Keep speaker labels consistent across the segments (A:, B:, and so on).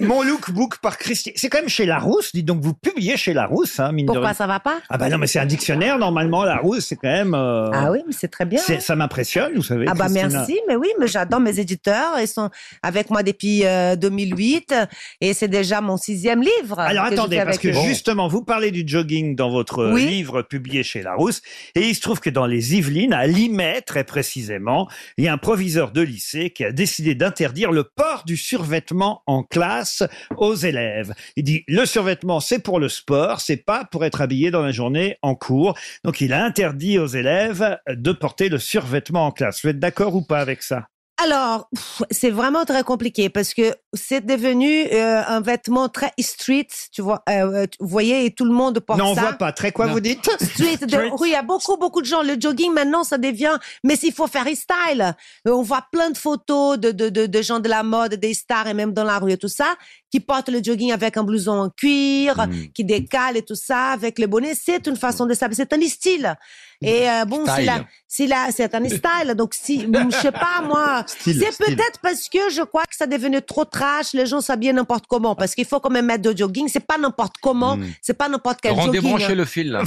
A: Mon lookbook par Christian. C'est quand même chez Larousse, dites donc, vous publiez chez Larousse, hein, mine de
B: Pourquoi
A: rien.
B: ça va pas
A: Ah bah non, mais c'est un dictionnaire, normalement, Larousse, c'est quand même... euh,
B: Ah oui, mais c'est très bien.
A: c'est- Ça m'impressionne, vous savez,
B: Ah bah
A: Christina.
B: merci, mais oui, mais j'adore mes éditeurs. Ils sont avec moi depuis euh, 2008 et c'est déjà mon sixième livre.
A: Alors
B: Ah, que je
A: attendez,
B: fais
A: parce
B: avec
A: que
B: eux.
A: justement, vous parlez du jogging dans votre euh,
B: Oui.
A: livre publié chez Larousse, et il se trouve que dans les Yvelines, à Limay très précisément, il y a un proviseur de lycée qui a décidé d'interdire le port du survêtement en classe aux élèves. Il dit le survêtement, c'est pour le sport, c'est pas pour être habillé dans la journée en cours. Donc il a interdit aux élèves de porter le survêtement en classe. Vous êtes d'accord ou pas avec ça
B: Alors, pff, c'est vraiment très compliqué parce que c'est devenu euh, un vêtement très street, tu vois. euh, tu- vous voyez, et tout le monde porte
A: Non, on
B: ça.
A: voit pas. Très quoi
C: Non.
A: vous dites
B: Street, de
C: Street.
B: rue, il y a beaucoup, beaucoup de gens. Le jogging, maintenant, ça devient, mais s'il faut faire style. On voit plein de photos de, de, de, de gens de la mode, des stars et même dans la rue et tout ça, qui portent le jogging avec un blouson en
C: Mm.
B: cuir,
C: Mmh.
B: qui décale et tout ça, avec le bonnet. C'est une façon de s'habiller. C'est un style. Et euh, bon,
C: Mm. Style.
B: c'est la- c'est la- c'est un style. Donc, si, je sais pas, moi,
C: Style,
B: c'est
C: style.
B: peut-être parce que je crois que ça devenu trop trash. Les gens s'habillent n'importe comment. Parce qu'il faut quand même mettre de jogging. C'est pas n'importe comment.
C: Mm.
B: C'est pas n'importe quel jogging. hein.
D: Rendez-moi le fil. là.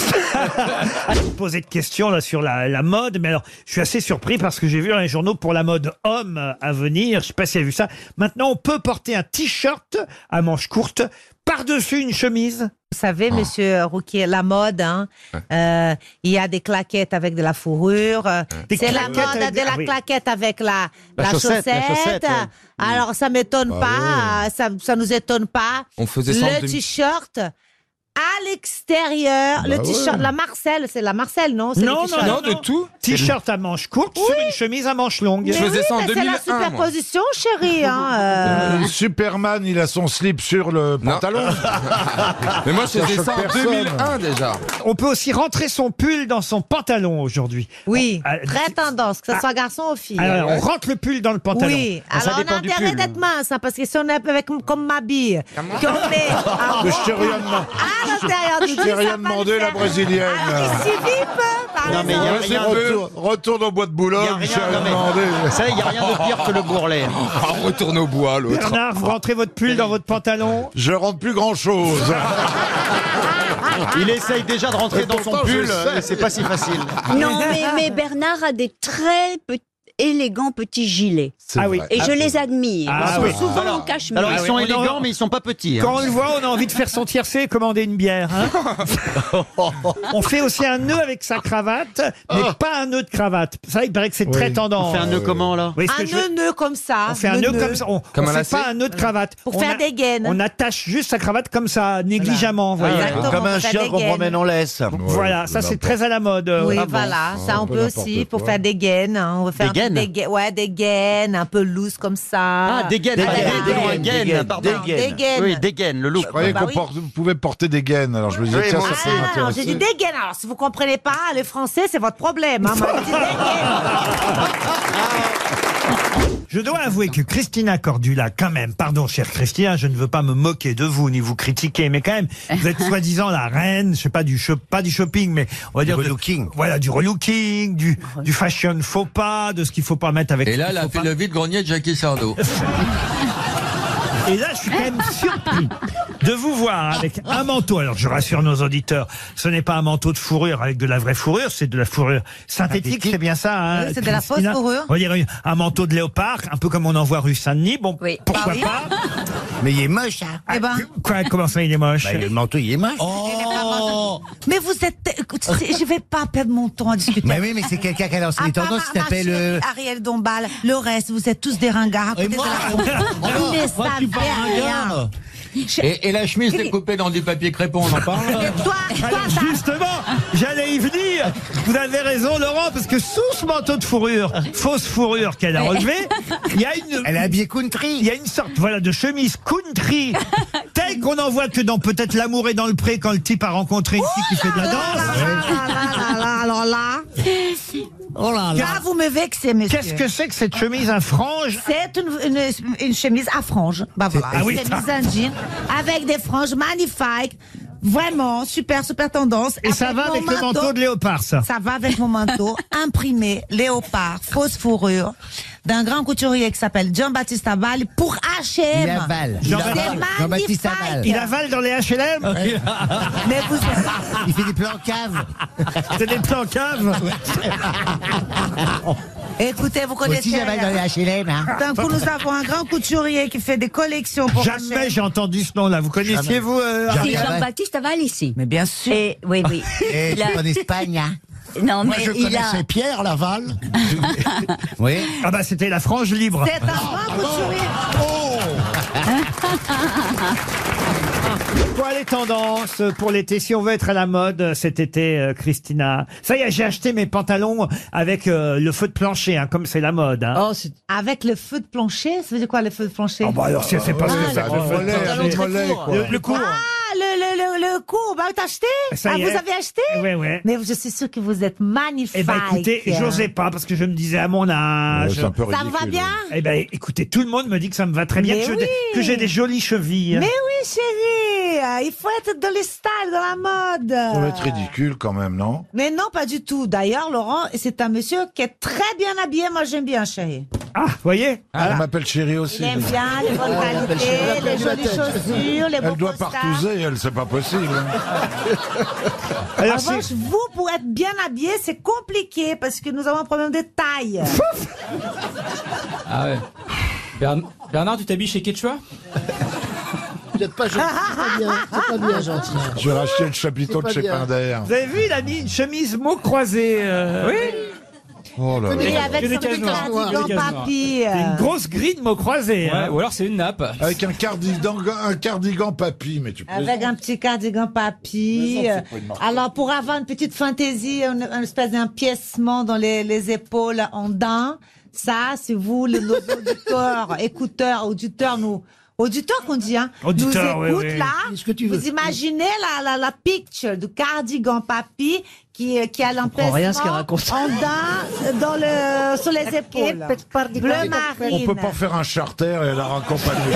A: poser de questions là sur la, la mode, mais alors je suis assez surpris parce que j'ai vu dans les journaux pour la mode homme euh, à venir. Je sais pas si vous avez vu ça. Maintenant, on peut porter un t-shirt à manches courtes par-dessus une chemise.
B: Vous
E: Ah.
B: savez, monsieur Rouquier, la mode, hein, euh, il y a des claquettes avec de la fourrure. euh,
A: Des
B: C'est la
A: claquettes
B: mode
A: avec de-
B: de la
A: ah oui.
B: claquette avec la,
C: La chaussette, la chaussette, ouais.
E: Mm.
B: Alors, ça m'étonne pas, euh, ça, ça nous étonne pas.
E: On faisait ça en
B: Le
E: Bah deux-
B: t-shirt à l'extérieur, le
E: Bah
B: t-shirt,
E: ouais.
B: la Marcel, c'est la Marcel, Ah non C'est
A: Non,
B: le t-shirt.
A: non.
E: Non, de tout.
A: T-shirt à manches courtes sur une chemise à manches longues.
B: Mais
E: Je faisais
B: oui,
E: ça en
B: mais c'est la
E: 2001, moi.
B: superposition, chérie. Hein, euh.
F: Euh, Superman, il a son slip sur le
E: Non.
F: pantalon.
E: Mais moi, je faisais
F: choque
E: ça en
F: personne.
E: 2001 déjà.
A: On peut aussi rentrer son pull dans son pantalon aujourd'hui.
B: Oui,
A: Ah,
B: très tendance, que ce soit garçon ou fille.
A: Alors, on rentre le pull dans le pantalon.
B: Ah Oui,
C: Ah, ça
B: alors on a
C: dépend du
B: intérêt
C: pull.
B: d'être mince, hein, parce que si on est avec, comme ma bille, qu'on est à,
F: Ah, Mais je t'ai
B: Ah,
F: rien demandé.
B: à l'intérieur du
F: Je
B: pull,
F: t'ai
B: ça
F: rien
B: va
F: demandé,
B: le
F: la
B: faire. Ah,
F: brésilienne.
B: Alors ici, VIP, par
C: Non, mais il y a-
B: exemple.
F: Vas-y,
C: il y a un
F: retourne, retourne au bois de
C: Y a
F: Boulogne, je t'ai
C: rien,
F: rien
C: non, mais-
F: demandé.
C: Ça, il n'y a rien de pire que le bourrelet.
E: Ah, on retourne au bois, l'autre.
A: Bernard, vous rentrez votre pull dans votre pantalon.
F: Je rentre plus grand chose.
C: Il essaye déjà de rentrer
F: Et
C: dans son
F: pourtant, je
C: pull,
F: sais.
C: et c'est pas si facile.
G: Non, mais, mais Bernard a des très pe- élégants petits gilets.
A: Ah oui.
G: Et je les admire.
A: Ah
G: ils sont
A: oui.
G: souvent
C: Alors-
G: en cachemire. Ah
C: Alors, ils sont
A: oui, on en-
C: élégants, mais ils sont pas petits. hein.
A: Quand on le voit, on a envie de faire son tiercé et commander une bière. hein. on fait aussi un nœud avec sa cravate, mais pas un nœud de cravate. Ça, il paraît que c'est très
C: Oh. On
A: tendance.
C: fait un nœud comment, là
A: Vous voyez ce que
B: Un
A: je veux-
B: nœud, nœud comme ça.
A: On fait un nœud comme ça. On
E: Comme
A: ne
E: un
A: fait
E: lacet.
A: pas un nœud de cravate.
B: Pour
A: On
B: faire
A: a-
B: des gaines.
A: On attache juste sa cravate comme ça, négligemment. vous voyez.
B: Exactement,
C: Comme un
B: ça
C: chien qu'on
B: dégaine.
C: promène en laisse.
A: Voilà, ça c'est très à la mode. euh,
B: Oui,
C: Ah bon
B: voilà, ça on peut aussi pour faire des gaines. hein, on va faire
C: Des
B: un peu
C: gaines
B: gai- ouais, des gaines, un peu loose comme ça.
C: Ah, dégaine,
B: Ah,
C: pardon,
B: des
C: dégaine,
B: gaines.
C: dégaine, pardon.
B: Des gaines.
C: Oui, dégaine, le look.
F: Je croyais
B: Bah
F: qu'on
B: oui.
F: porte- pouvait porter des gaines, alors je me disais,
C: Oui,
F: tiens,
C: moi
F: ça
C: aussi.
F: peut
B: Ah, alors, j'ai
F: m'intéresser.
B: dit des gaines. Alors, si vous comprenez pas, le français, c'est votre problème. hein, moi, j'ai dit des gaines.
A: Je dois avouer que Christina Cordula, quand même, pardon chère Christina, je ne veux pas me moquer de vous ni vous critiquer, mais quand même, vous êtes soi-disant la reine, je sais pas du shop, pas du shopping, mais on va dire du relooking. Voilà, du relooking, du, du fashion faux pas, de ce qu'il faut pas mettre avec.
D: Et
A: ce
D: là,
A: qu'il
D: elle a
A: faut
D: fait
A: pas.
D: le vide-grenier de Jackie Sardou.
A: Et là, je suis quand même surpris de vous voir avec un manteau. Alors, je rassure nos auditeurs, ce n'est pas un manteau de fourrure avec de la vraie fourrure, c'est de la fourrure synthétique, c'est bien ça. hein,
B: Oui, c'est de la fausse
A: Christina
B: fourrure.
A: On va dire une- un manteau de léopard, un peu comme on en voit rue Saint-Denis. Bon,
G: Oui.
A: pourquoi
B: Bah oui.
A: pas
H: Mais il est moche, hein Oh.
B: Eh ben.
A: Ah, Quoi, comment ça, il est moche
H: bah, Le manteau, il est moche.
B: Mais vous êtes. écoute, c'est- Je vais pas perdre mon temps à discuter.
H: Mais oui, mais c'est quelqu'un qui a lancé
B: À
H: les
B: part
H: tendances, il
B: Mar-
H: s'appelle...
B: Marcel,
H: euh,
B: Ariel Dombal, le reste, vous êtes tous des ringards. à côté de
H: moi
B: la pompe.
H: Oh.
B: Vous ne savez rien.
D: Et, et la chemise découpée dans du papier crépon, on en parle
B: Toi, toi,
A: Alors,
B: t'as-
A: Ah, justement, j'allais y venir. Vous avez raison, Laurent, parce que sous ce manteau de fourrure, fausse fourrure qu'elle a relevée, il y a une,
H: Elle est habillée
A: il y
H: country.
A: a une sorte, voilà, de chemise country, telle qu'on en voit que dans peut-être l'amour et dans le pré quand le type a rencontré une fille qui fait de la danse.
B: Ah, là, là, là, alors là,
A: Oh là
B: là, vous me vexez, monsieur.
A: Qu'est-ce que c'est que cette chemise à franges
B: C'est une, une- une chemise à franges. Bah voilà,
A: Ah oui.
B: une chemise en jean avec des franges magnifiques. Vraiment, super, super tendance.
A: Et ça va
B: Ah, mon
A: avec le manteau de léopard, ça.
B: Ça va avec mon manteau imprimé, léopard, fausse fourrure. d'un grand couturier qui s'appelle Jean-Baptiste Aval pour
H: Il
B: H&M.
H: avale.
B: C'est
A: Jean-Baptiste-
B: magnifique.
H: Jean-Baptiste Aval.
A: Il avale dans les H&M. HLM
B: Mais vous
H: Il fait des plans en cave.
A: C'est des plans caves
B: écoutez, vous connaissez
H: Aussi, j'avale dans
B: rien.
H: les HLM. hein.
B: D'un coup, nous avons un grand couturier qui fait des collections pour
A: Jamais
B: H&M.
A: j'ai entendu ce nom-là. Vous connaissiez, vous euh,
H: Jamais.
G: C'est Jean-Baptiste Aval ici.
B: Mais bien sûr.
G: Et, oui, oui.
H: Eh,
G: Il a-
H: c'est en Espagne. hein.
G: non, mais il a.
E: Pierre Laval.
H: Oui.
A: Ah bah c'était la frange libre.
B: C'est un
A: Ah,
B: grand couturier.
A: Quoi les tendances pour l'été Si on veut être à la mode cet été, euh, Christina. Ça y est, j'ai acheté mes pantalons avec euh, le feu de plancher, hein, comme c'est la mode. hein.
B: Avec le feu de plancher, ça veut dire quoi le feu de plancher
A: Ah bah alors c'est c'est pas ce que ça.
F: Le mollet, le mollet, quoi.
A: Le, le cours.
B: Ah, le, le, le, le coup, bah, t'as acheté
A: Ça
B: Ah,
A: y
B: vous
A: est.
B: avez acheté
A: Ouais, ouais.
B: Mais je suis sûre que vous êtes magnifique.
A: Eh ben écoutez, j'osais pas parce que je me disais à mon âge.
F: C'est un peu
B: Ça vous va
F: ridicule.
B: bien
A: eh ben écoutez, tout le monde me dit que ça me va très bien,
B: Mais
A: que je-
B: oui.
A: que j'ai des jolies chevilles.
B: Mais oui, chérie, Euh, il faut être dans les styles, dans la
F: Ça va
B: mode.
F: être ridicule quand même, non
B: Mais non, pas du tout. D'ailleurs, Laurent, c'est un monsieur qui est très bien habillé. Moi, j'aime bien, chérie.
A: Ah, vous voyez
F: Elle m'appelle chérie aussi.
B: Il aime bien les bonnes qualités, les jolies chaussures, les beaux
F: Elle doit
B: costards.
F: partouser, elle, c'est pas possible. hein.
B: En
A: Alors,
B: revanche,
A: c'est-
B: vous, pour être bien habillé, c'est compliqué parce que nous avons un problème de taille.
I: Bernard, tu t'habilles chez Quechua
F: Je vais racheter le chapiteau de chez Pinder.
A: vous avez vu, il a mis une chemise mots croisés. euh,
F: Oh là là.
B: Et avec
I: Que des
B: son
I: cases noires.
B: cardigan,
I: Que des cases
B: papy.
A: Une
B: euh,
A: grosse grille de mots croisés. hein.
I: ou alors c'est une nappe.
F: Avec un cardigan, un cardigan papy, mais tu peux.
B: Avec un petit cardigan papy.
F: Mais non, c'est pas une marque.
B: Alors, pour avoir une petite fantaisie, une, une espèce d'empiècement dans les, les épaules en dents, ça, si vous, le, nos auditeurs, écouteurs, auditeurs, nous, auditeurs qu'on dit, hein,
A: Auditeurs,
B: nous
A: oui,
B: écoutent
A: oui.
B: là, vous imaginez la, la, la picture du cardigan papy qui, euh, qui a l'empiècement en dents euh, dans le, sur les épaules. Bleu marine.
F: On peut pas faire un charter et elle a raccompagné.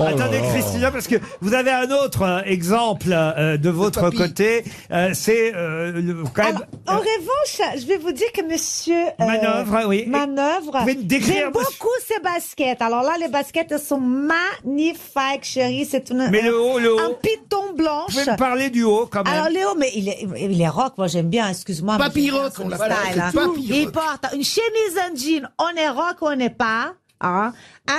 F: Oh
A: Attendez, Christina, parce que vous avez un autre euh, exemple euh, de votre côté. Euh, c'est euh, le- quand même.
B: Alors, en revanche, je vais vous dire que monsieur euh,
A: Manœuvre, oui.
B: Manœuvre,
A: Vous pouvez me décrire,
B: j'aime
A: monsieur-
B: beaucoup ces baskets. Alors là, les baskets elles sont magnifiques, chérie. C'est une
A: Mais
B: un,
A: le haut, le haut.
B: un piton
A: Vous
B: blanche.
A: pouvez me parler du haut quand même.
B: Alors Léo, mais il est, il est rock, moi j'aime bien, excuse-moi. moi, j'aime bien son style, hein. Il porte une chemise en jean, on est rock ou on n'est pas, hein,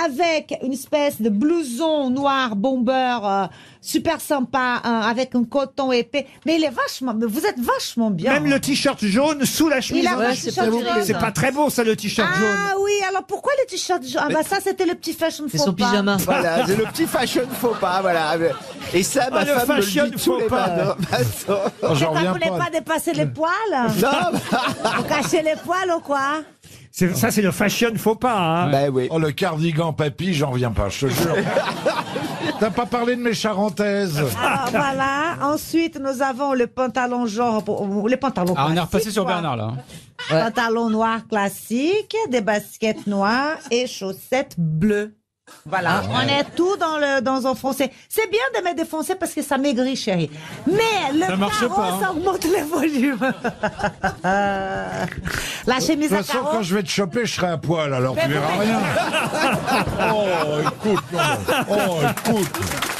B: avec une espèce de blouson noir bomber euh, super sympa, hein, avec un coton épais. Mais il est vachement, mais vous êtes vachement bien.
A: même le t-shirt jaune sous la chemise.
B: Il a
A: en-
B: un t-shirt jaune.
A: c'est pas très beau ça le t-shirt jaune.
B: Ah oui, alors pourquoi le t-shirt jaune Ah bah ça c'était le petit fashion faux pas.
J: Voilà, c'est le petit fashion faux pas,
H: Ah,
J: voilà. Et ça, ma
A: Ah, le
J: femme me le dit
A: fashion
J: tous
A: faux
J: les
A: pas.
J: matins. Bah, Attends.
B: C'est
F: J'en
B: pas qu'on
F: reviens
B: n'ait pas
F: pas.
B: dépassé les poils
J: Non,
B: Vous cachez les poils ou quoi
A: C'est- Ça c'est le fashion faux pas. hein.
J: bah oui.
F: Oh, le cardigan papy, j'en reviens pas, je te jure. T'as pas parlé de mes charentaises.
B: Alors voilà, ensuite nous avons le pantalon genre, pour- les pantalons
I: Ah, on est
B: classiques,
I: repassé sur
B: quoi.
I: Bernard là.
B: Pantalon noir classique, des baskets noires et chaussettes bleues. Voilà, on est tout dans le dans un foncé. C'est bien de mettre des foncés parce que ça maigrit, chérie. Mais le
I: Ça marche
B: carreau,
I: pas, hein.
B: ça augmente le volume. La
F: De
B: chemise
F: toute
B: à
F: façon,
B: carreaux.
F: quand je vais te choper, je serai à poil, alors tu
B: Mais
F: verras
B: vous-
F: rien. Oh, écoute, non. oh, écoute.